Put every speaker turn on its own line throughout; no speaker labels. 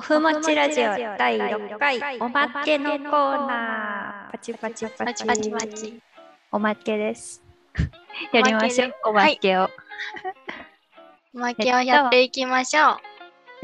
ふもちラジオ第6回おまけのコーナーパチパチパチ
パチパチ
おまけです やりましょうおまけをは
おまけをやっていきましょう。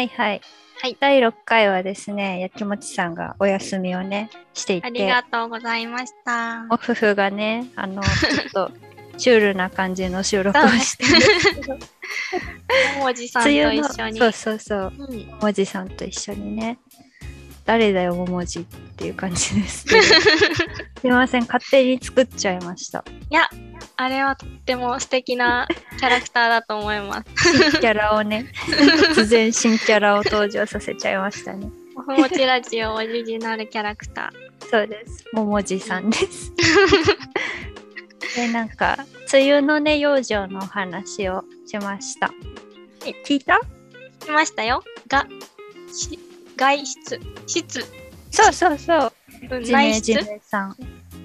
いはい、
はい
第6回はですねやきもちさんがお休みをねしてい
あり
て
がとうございました。
お夫婦がねあ のちょっとシュールな感じの収録をして
おじさんと
梅雨
一
の
緒に。
そうそうそう
うん
もじさんと一緒にね誰だよももじっていう感じです けどすいません勝手に作っちゃいました
あれはとっても素敵なキャラクターだと思い ます。
新キャラをね突然新キャラを登場させちゃいましたね
おふもちラジオオリジナルキャラクタ
そうですももじさんですでなんか梅雨のね養生のお話をしましたえ聞いた
ー。来ましたよ。が、し外出、室、
そうそうそう
うん
ジ
内
メ
室
ジ。メさん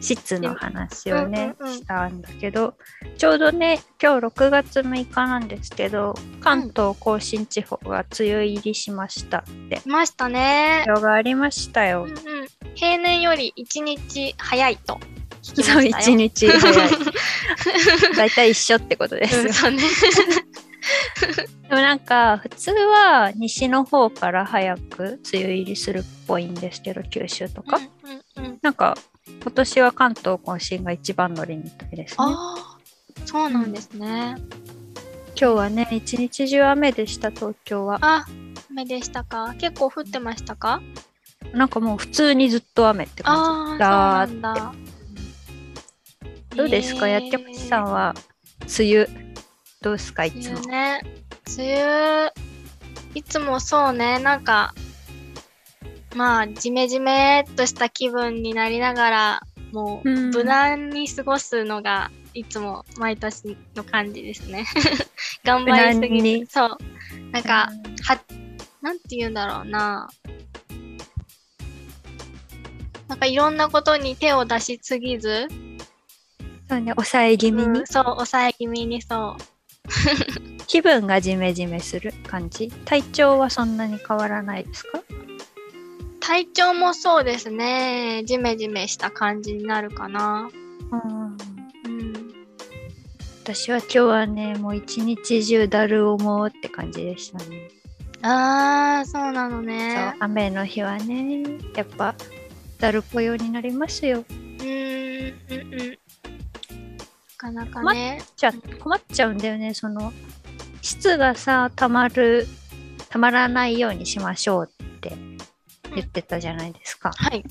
質の話をね、
うんうんうん
したんだけどちょうどね今日6月6日なんですけど関東甲信地方が梅雨入りしましたって
来ましたね。
発表がありましたよ
うんう。ん、平年より1日早いと聞きま
そう
したよ。
一日早い大体一緒ってことですよ、
うん、
で
そうね。
もなんか普通は西の方から早く梅雨入りするっぽいんですけど九州とか、
うんうんうん、
なんか今年は関東甲信が一番乗りみたいですね
ああ、そうなんですね。
今日はね一日中雨でした東京は
あ、雨でしたか。結構降ってましたか。
なんかもう普通にずっと雨って感
あ
じ
あ、
だ
そうなんだ。
どうですか、
えー
やっきょくちさんは梅雨どうですかい
梅
つも
雨ね。梅雨。いつもそうね、なんか。まあ、ジメジメっとした気分になりながら、もう
うん
無難に過ごすのが。いつも毎年の感じですね。 頑張りす
無難
ぎ
に
て、そう。なんか、はなんて言うんだろうな。なんかいろんなことに手を出しすぎず、
そうね抑え気味に、
うんそう、抑え気味にそ
気分がジメジメする感じ体調はそんなに変わらないですか
う。体調もそうですね。ジメジメした感じになるかな。
うん
うん。
私は今日はねもう一日中だるおもうって感じでしたね、
あー、そうな
そ
の
う
ね。
雨の日はねやっぱだるぽようになりますよ
うーん、うん、うん。なかなか
ま
ね。
じゃあ困っちゃうんだよねその質がさたまるたまらないようにしましょうって言ってたじゃないですか、
はい。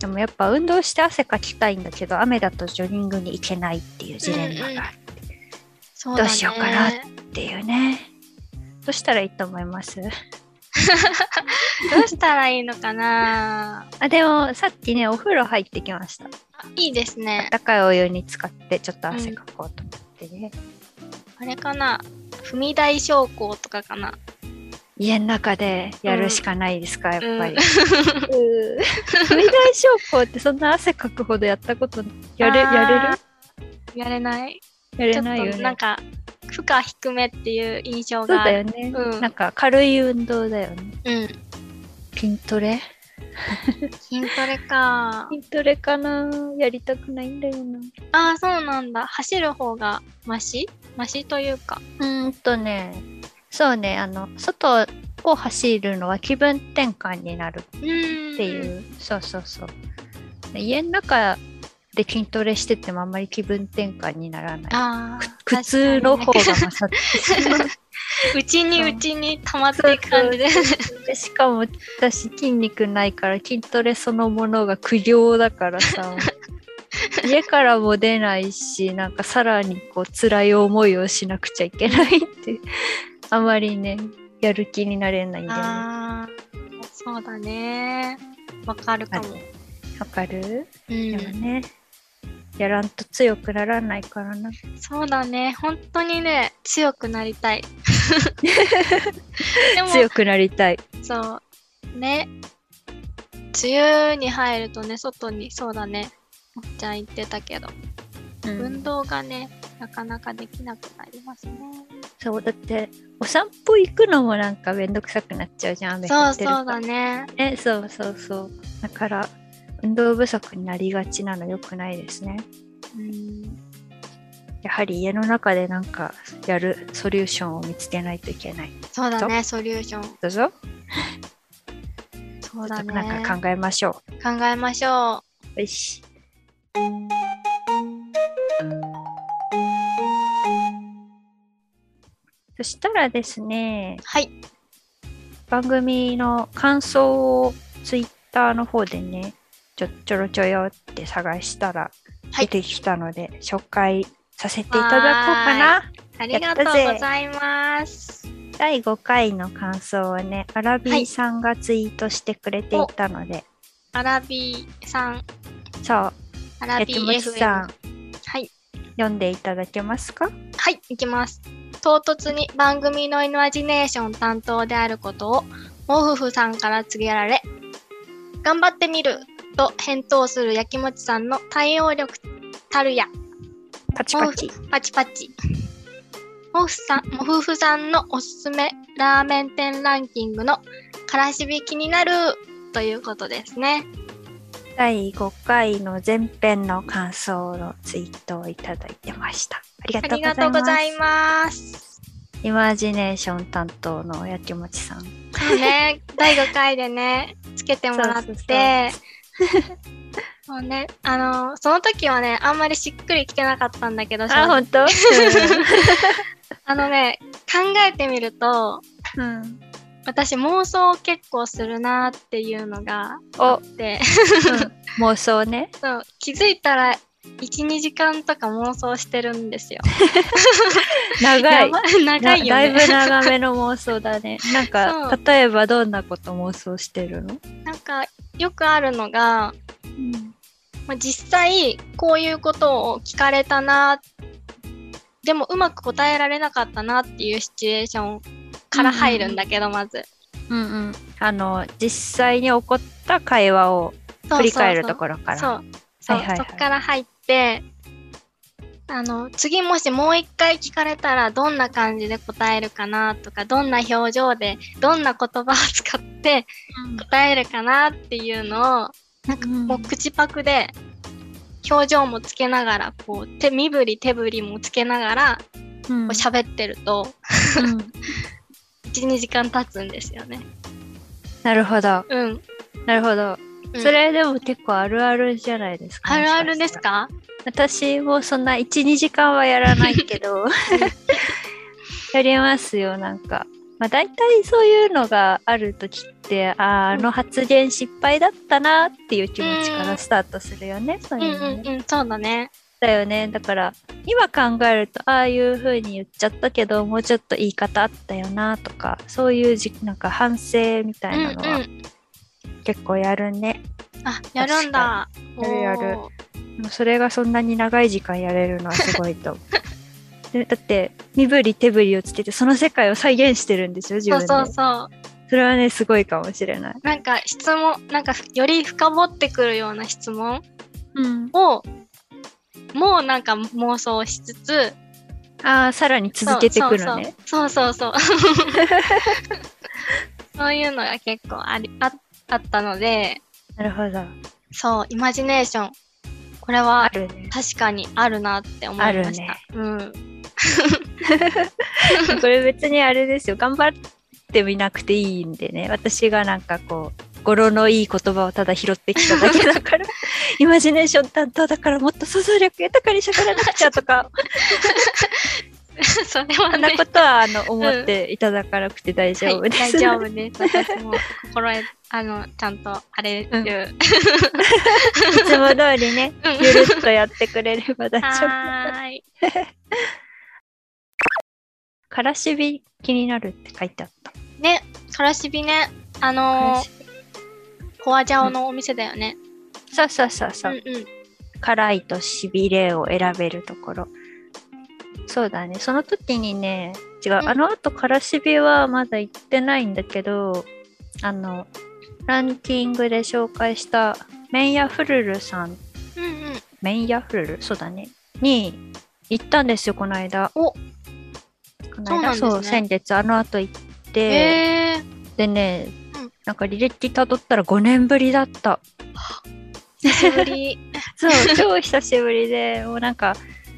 でもやっぱ運動して汗かきたいんだけど雨だとジョギングに行けないっていうジレンマがある
そうだね。
どうしようかなっていうね、どうしたらいいと思います
どうしたらいいのかな。
あでもさっきねお風呂入ってきました
あいいですね。
温かいお湯に使ってちょっと汗かこうと思ってね、
あれかな。踏み台昇降とかかな。
家の中でやるしかないですか、やっぱり、
うん
踏み台昇降ってそんな汗かくほどやったことやれ
あー
や
やれない
れるやれない
ちょっ
よ
となん
ね。
か負荷低めっていう印象
そう
が
だよね、
うん
なんか軽い運動だよね。
うん、
筋トレ
筋トレ か
筋トレかなやりたくないんだよな。
ああそうなんだ走る方がマシマシというか
うーんとね、そうね、あの、外を走るのは気分転換になる
う
っ
ん
ていう、そうそうそう。家の中で筋トレしててもあんまり気分転換にならない。
ああ
苦痛の方が勝ってしまう。
うちにうちに溜まっていく感じで
でしかも私筋肉ないから筋トレそのものが苦行だから さ家からも出ないしなんかさらにこう辛い思いをしなくちゃいけないってあまりねやる気になれないんだよねわ
ああそうだねわかるかも、
はかる、
う
で
ん
もねやらんと強くならないからな
そうだね本当にね強くな りたいでも
強くなりたい
そう。ね。梅雨に入るとね、外に、そうだね。おっちゃん言ってたけど、
うん
運動がね、なかなかできなくなりますね。
そうだってお散歩行くのもなんかめんどくさくなっちゃうじゃん雨降
そう
っ
そ
て
う
るから
だね。
ねそうそうそうだから運動不足になりがちなの良くないですね
うん
やはり家の中でなんかやるソリューションを見つけないといけない
そうだね、ソリューション。
どうぞ
そうだね。
なんか考えましょ
考えましょ
う
う。
よしそしたらですね
はい。
番組の感想をツイッターの方でねちょちょろちょよって探したら
はい
出てきたので、紹介させていただこうかな
ありがとうございます。
第5回の感想をねアラビーさんがツイートしてくれていたので、
アラビーさん、
そう
ア
え
ラ
っ
ビ
と
ー
もち
FM。
さん
はい。
読んでいただけますか
はい、いきます。唐突に番組のイマジネーション担当であることを、モフフさんから告げられ、頑張ってみると返答するやきもちさんの対応力たるや、
パチパチ
パチパチ。モフさん、モフフさんのおすすめラーメン店ランキングのからしび気になるということですね。
第5回の前編の感想のツイートをいただいてましたありが
あ
とう
り
ござ
がとうござ
い
い
ます
ます。
イマジネーション担当のやきもちさん
そうね、第5回でね、つけてもらっ
そうそう
て、もうね、あの、その時はね、あんまりしっくりきてなかったんだけど、正直
当
あのね、考えてみると、
うん
私妄想を結構するなっていうのが
お、
で
うん妄想ね
そう気づいたら12時間とか妄想してるんですよ。
長
や
い
ばい長いよ
だいぶ
ね。
長めの妄想だ ねなん
そ
か
う
例えばどんなこと妄想してるの、
なんかよくあるのが、まあ、実際こういうことを聞かれたなでもうまく答えられなかったなっていうシチュエーションから入るんだけど、まず
うんうんあの実際に起こった会話を
そうそうそう
振り返るところから
そうそう、
はいはいはい
そっから入ってあの次もしもう一回聞かれたらどんな感じで答えるかなとかどんな表情でどんな言葉を使って答えるかなっていうのを
なんか
もう口パクで表情もつけながらこう手身振り手振りもつけながら
うん
こう喋ってると
うん
12時間経つんですよね。
なるほど
うん。
なるほど、
うん
それでも結構あるあるじゃないですか
あるあるですか
私もそんな12時間はやらないけ どやりますよなんか、まあ、大体そういうのがある時ってあーあの発言失敗だったなっていう気持ちからスタートするよね、そううんいうのね
うんうん、そうだね。
だよねだから今考えるとああいう風に言っちゃったけどもうちょっと言い方あったよなとかそういうじなんか反省みた
う
い
ん
な
う
のは
ん。
結構やるね、
あ、やるんだ。
かにやるやる
おー。
でもそれがそんなに長い時間やれるのはすごいと思 うでだって身振り手振りをつけてその世界を再現してるんですよ自
そ
分
う
で
そうそう。
それはねすごいかもしれない、
なんか質問、なんかより深掘ってくるような質問
うん、
を、もうなんか妄想しつつ、
ああさらに続けてくるね
そうそうそう。そうそうそう。そういうのが結構ありああったので、
なるほど
そう、イマジネーション。これ
あ
は
るね
確かにあるなって思いました。うん。
これ別にあれですよ頑張ってみなくていいんでね私がなんかこう語呂のいい言葉をただ拾ってきただけだから イマジネーション担当だからもっと想像力豊かにしゃべらなくちゃとか
それは
そんな
ね、
ことはあの思っていただかなくて大丈夫です、
はい、大丈夫です。私も心得、あの、ちゃんとあれいう。
うんいつも通り ね、
うん
ゆるっとやってくれれば大丈夫。
はーい。
からしび気になるって書いてあった。
ね、からしびね、あのー、コアジャオのお店だよね。
そうそうそうそうう、
んうん。
辛いとしびれを選べるところ。そうだね。その時にね、違う。
ん
あの後からしびはまだ行ってないんだけど、あの、ランキングで紹介した麺屋フルルさん、
うんうん。
麺屋フルルそうだね。に行ったんですよ、この間。
お
この
そうなん
間
です
そ
ね
う,、先月あの後行って、
え
でね、
うん
なんか履歴たどったら5年ぶりだった
ー、久しぶり。
そう超久しぶりでもうなんか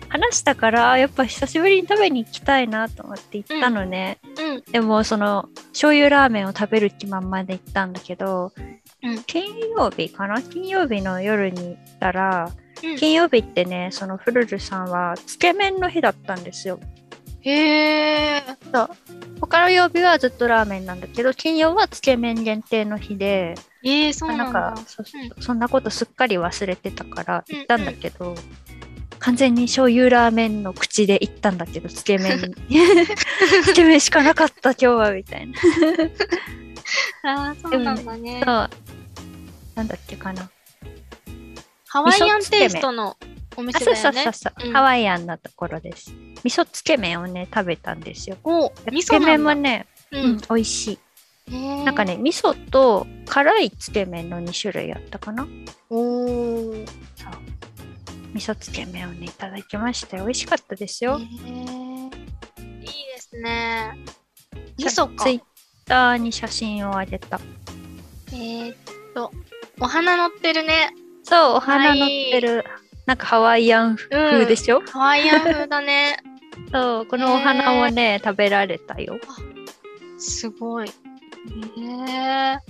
話したからあやっぱ久しぶりに食べに行きたいなと思って行ったのね、
うん。
でもその醤油ラーメンを食べる気満々で行ったんだけど、
うん
金曜日かな金曜日の夜に行ったら
うん
金曜日ってねそのフルルさんはつけ麺の日だったんですよ
へー、
そう他の曜日はずっとラーメンなんだけど金曜はつけ麺限定の日で
えー、そう
な
なんん
か
だ。
そ,、
う
そんなことすっかり忘れてたから
うん
行ったんだけど、完全に醤油ラーメンの口で行ったんだけどつけ麺 に つけ麺しかなかった今日はみたいな
あー、そうなんだね。
そうなんだっけかな
ハワイアンテイストのお
あ
店
そう
だ
そ
よ
うそう
ね。
そう、
うん
ハワイアンなところです味噌つけ麺をね食べたんですよ
お味
つけ
噌
麺も
なんだ。
ね、
う
うん、美味しい
ん
なんか。
へ
ね味噌と辛いつけ麺の2種類あったかな
ーおー。
そう味噌つけ麺をねいただきましたよ美味しかったです
へ
よ、
ーいいですね。味
さ
噌か
ツ。イッターに写真をあげた
えーっと、お花乗ってるね。
そうお花乗ってるなんかハワイアン風でしょ、
ハワイアン風だね。
そうこのお花もね、食べられたよ
すごい。えー、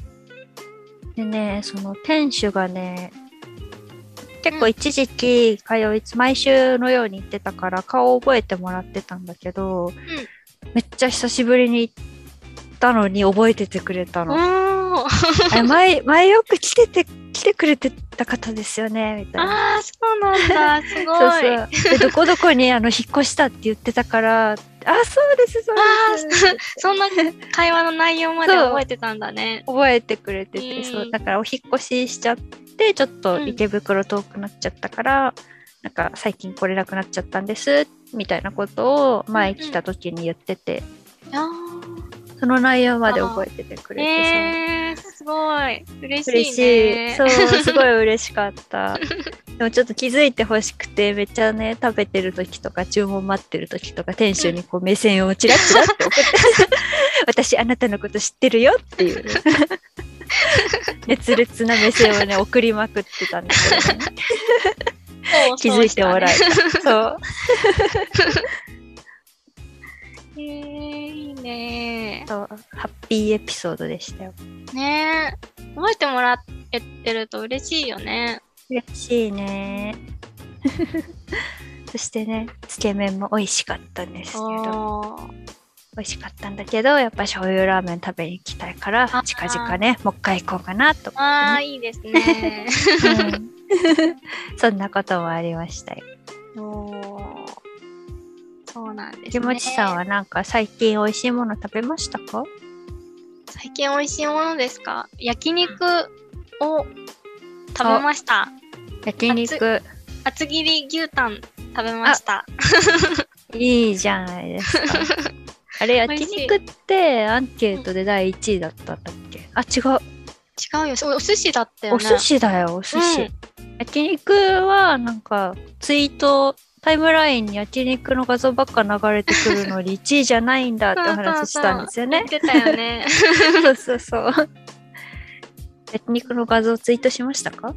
でねその店主がね結構一時期通い、毎週のように行ってたから顔を覚えてもらってたんだけど、めっちゃ久しぶりに行ったのに覚えててくれた
お
の。
ー。
え前前よく来てて来てくれてた方ですよねみたいな。
ああ、そうなんだ。すごい。
そうそうでどこどこにあの引っ越したって言ってたからあそうですそうですって
そんな会話の内容まで覚えてたんだね。
覚えてくれてて、
うん
そうだからお引っ越ししちゃってちょっと
うん
池袋遠くなっちゃったから、なんか最近来れなくなっちゃったんですみたいなことを前来た時に言ってて、
あ
その内容まで覚えててくれてそ
ー
う
えー、すごい。嬉
嬉
し
し
い
い
ね。
そうすごい嬉しかった でもちょっと気づいてほしくてめっちゃね食べてる時とか注文待ってる時とか店主にこう目線をチラッチラッて送って 私あなたのこと知ってるよっていう熱烈な目線を ね送りまくってたんですけど、ね、
そう
気づいても らえたそう
えー、いいね。
そうハッピーエピソードでしたよ
ねえ覚えてもらえてると嬉しいよね。
嬉しいね そしてねつけ麺も美味しかったんですけど
おー
美味しかったんだけどやっぱ醤油ラーメン食べに行きたいから
ー
近々ねもう一回行こうかなと思
あ
っ
あ、いいです ね。
てね、うんそんなこともありましたよ。
おーそうなんですね。
気持ちさんはなんか最近美味しいもの食べましたか
最近美味しいものですか焼肉を食べました。
焼肉
厚切り牛タン食べました。
いいじゃない ですか。あれ
美味
焼
しい
肉ってアンケートで第1位だったんだっけあ違
違うよ。おお寿司だった
う
よ
お
ね。
寿司だよお寿司。
うん
焼肉はなんかツイートタイムラインに焼肉の画像ばっか流れてくるのに1位じゃないんだってお話ししたんですよね
言。ってたよね。
そうそうそう。焼肉の画像ツイートしましたか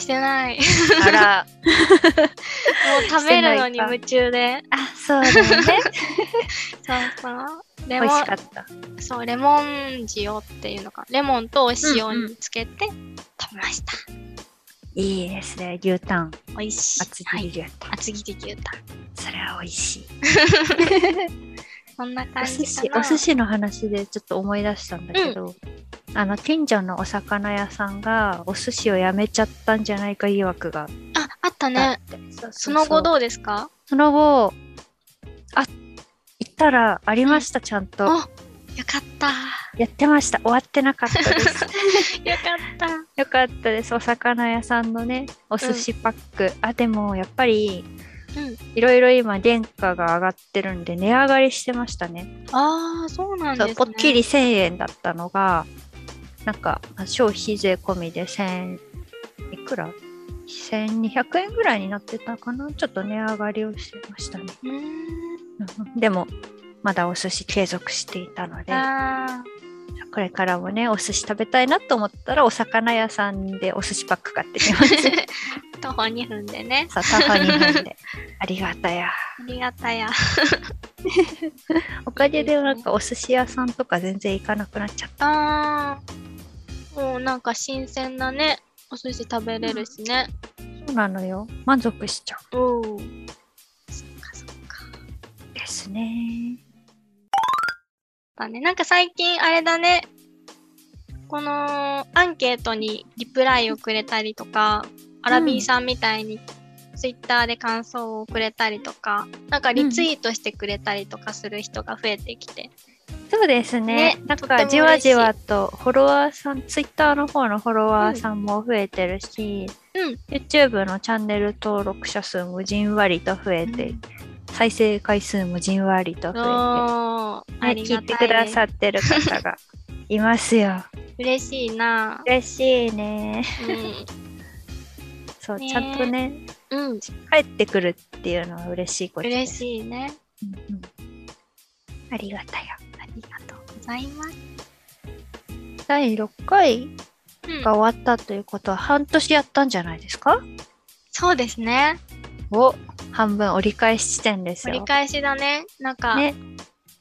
して ない。も
あら、
う食べるのに夢中で。
あそうだ よね。
そうそう。
美
レ
味
モ
し
ン
か、った。
そう、レモン塩っていうのか。レモンとお塩につけて食べました。
いいですね。牛タン、
美味しい。
厚切り牛タン。
はい。厚切り牛タン。
それは美味しい。
そんな
お
感じ
寿司、
かな。
お寿司の話でちょっと思い出したんだけど、あの近所のお魚屋さんがお寿司をやめちゃったんじゃないか疑惑が
あ、あった
だ
ね
っ。て、そうそうそう
その後どうですか
その後あ行ったらありました、ちゃんと
あよかった。
やってました終わってなかったです
よかった。
よかったですお魚屋さんのねお寿司パック、あでもやっぱり
うん。
いろいろ今原価が上がってるんで値上がりしてましたね
ああ、そうなんです
そ
ね。
うぽっきり。1000円だったのがなんかまあ消費税込みで1000いくら1200円ぐらいになってたかなちょっと値上がりをしてましたね
うー ん。
でも、まだお寿司継続していたので、
あ
これからもね、お寿司食べたいなと思ったら、お魚屋さんでお寿司パック買ってき ます。
ー徒歩2分でね。
さあ、タファになんで。ありがたや。
ありがたや。
おかげでなんかお寿司屋さんとか全然行かなくなっちゃっ
あーもうなんか新鮮なね、お寿司食べれるしね。
た。そうなのよ。満足しちゃう
うん。そっかそっか。
んですね。
だね。なんか最近あれだね。このアンケートにリプライをくれたりとか、アラビーさんみたいにツイッターで感想をくれたりとか、なんかリツイートしてくれたりとかする人が増えてきて。
そうですね。
ね
なん
とって
か
も嬉しい
じわじわとフォロワーさん、ツイッターの方のフォロワーさんも増えてるし、
うん
YouTube のチャンネル登録者数もじんわりと増えて、再生回数もじんわりと
お
増
ーあ
えて、ね、
り
聞
が
いて
た
く
い
だ
ね
さってる方がいますよ。
嬉しいな。
嬉しいね。そう、
ね
ちゃんとね、
うん。うん。
帰ってくるっていうのは嬉しいことで
嬉
す。
しいね。
うんうんありがたや。ありがとう。
ございます。
第6回
うん
が終わったということは半年やったんじゃないですか
そうですね。
を半分折り返し地点ですよ。
折り返しだね。なんか、
ね、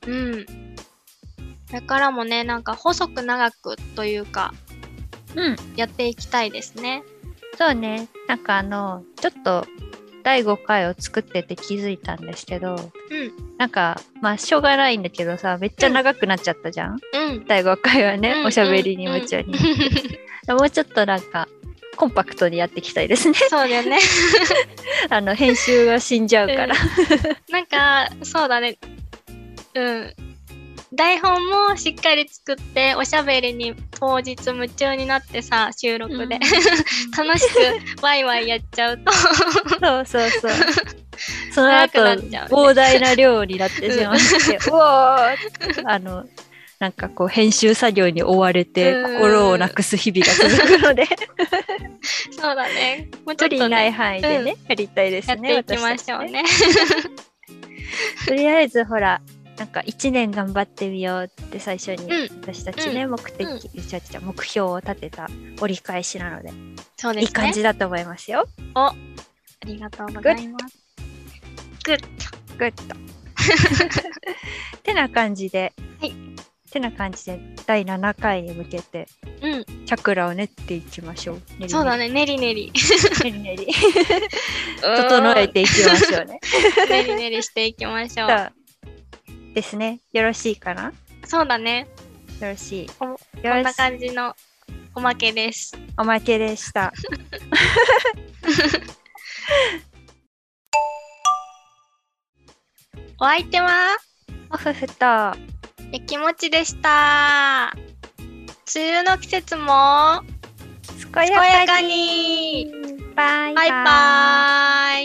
うん。これからもね、なんか細く長くというか、
うん、
やっていきたいですね。
そうね。なんかあの、ちょっと第5回を作ってて気づいたんですけど、
ん
なんか、まあ、しょうがないんだけどさ、めっちゃ長くなっちゃったじゃん、
うん。
第5回はね、
うん
おしゃべりに夢中に。もうちょっとなんか、コンパクトにやっていきたいですね。
そうだよね。
あの、編集が死んじゃうから。
なんか、そうだね。うん。台本もしっかり作って、おしゃべりに当日夢中になってさ、収録で。 楽しくワイワイやっちゃ うと、
そうそうそう。その後、
早くなっちゃうね
膨大な量になってし まって、うわーあの、なんかこう、編集作業に追われて、
うん
心をなくす日々が続くので、
そうだね。もうち
無
ょっ
理
と
な
ね、
い範囲でね、やりたいです
やっ
ね。
ていきましょう
私たち
ね。
とりあえず、ほら、なんか1年頑張ってみようって最初に、
う
私たちね、目的、
うん
ちゃちゃ目標を立てた折り返しなので、
そうですね。
いい感じだと思いますよ。
ありがとうございます。グッ
グッ と。てな感じで、
はい
てな感じで第7回に向けて
うん、
チャクラを練っていきましょう。練り練り
そうだ。ね、ねりねり。
練り 練り整えていきましょうね。
うん。ねりねりしていきましょう。
さあですね。よろしいかな
そうだね、
よろしい。
お
よ
こん
ろ
な
し
感じのおまけです。
おまけでした。
お相手は、
おふふと。
やきもちでした。梅雨の季節も、
健
健やかに。
バイバイ。
バイバーイ。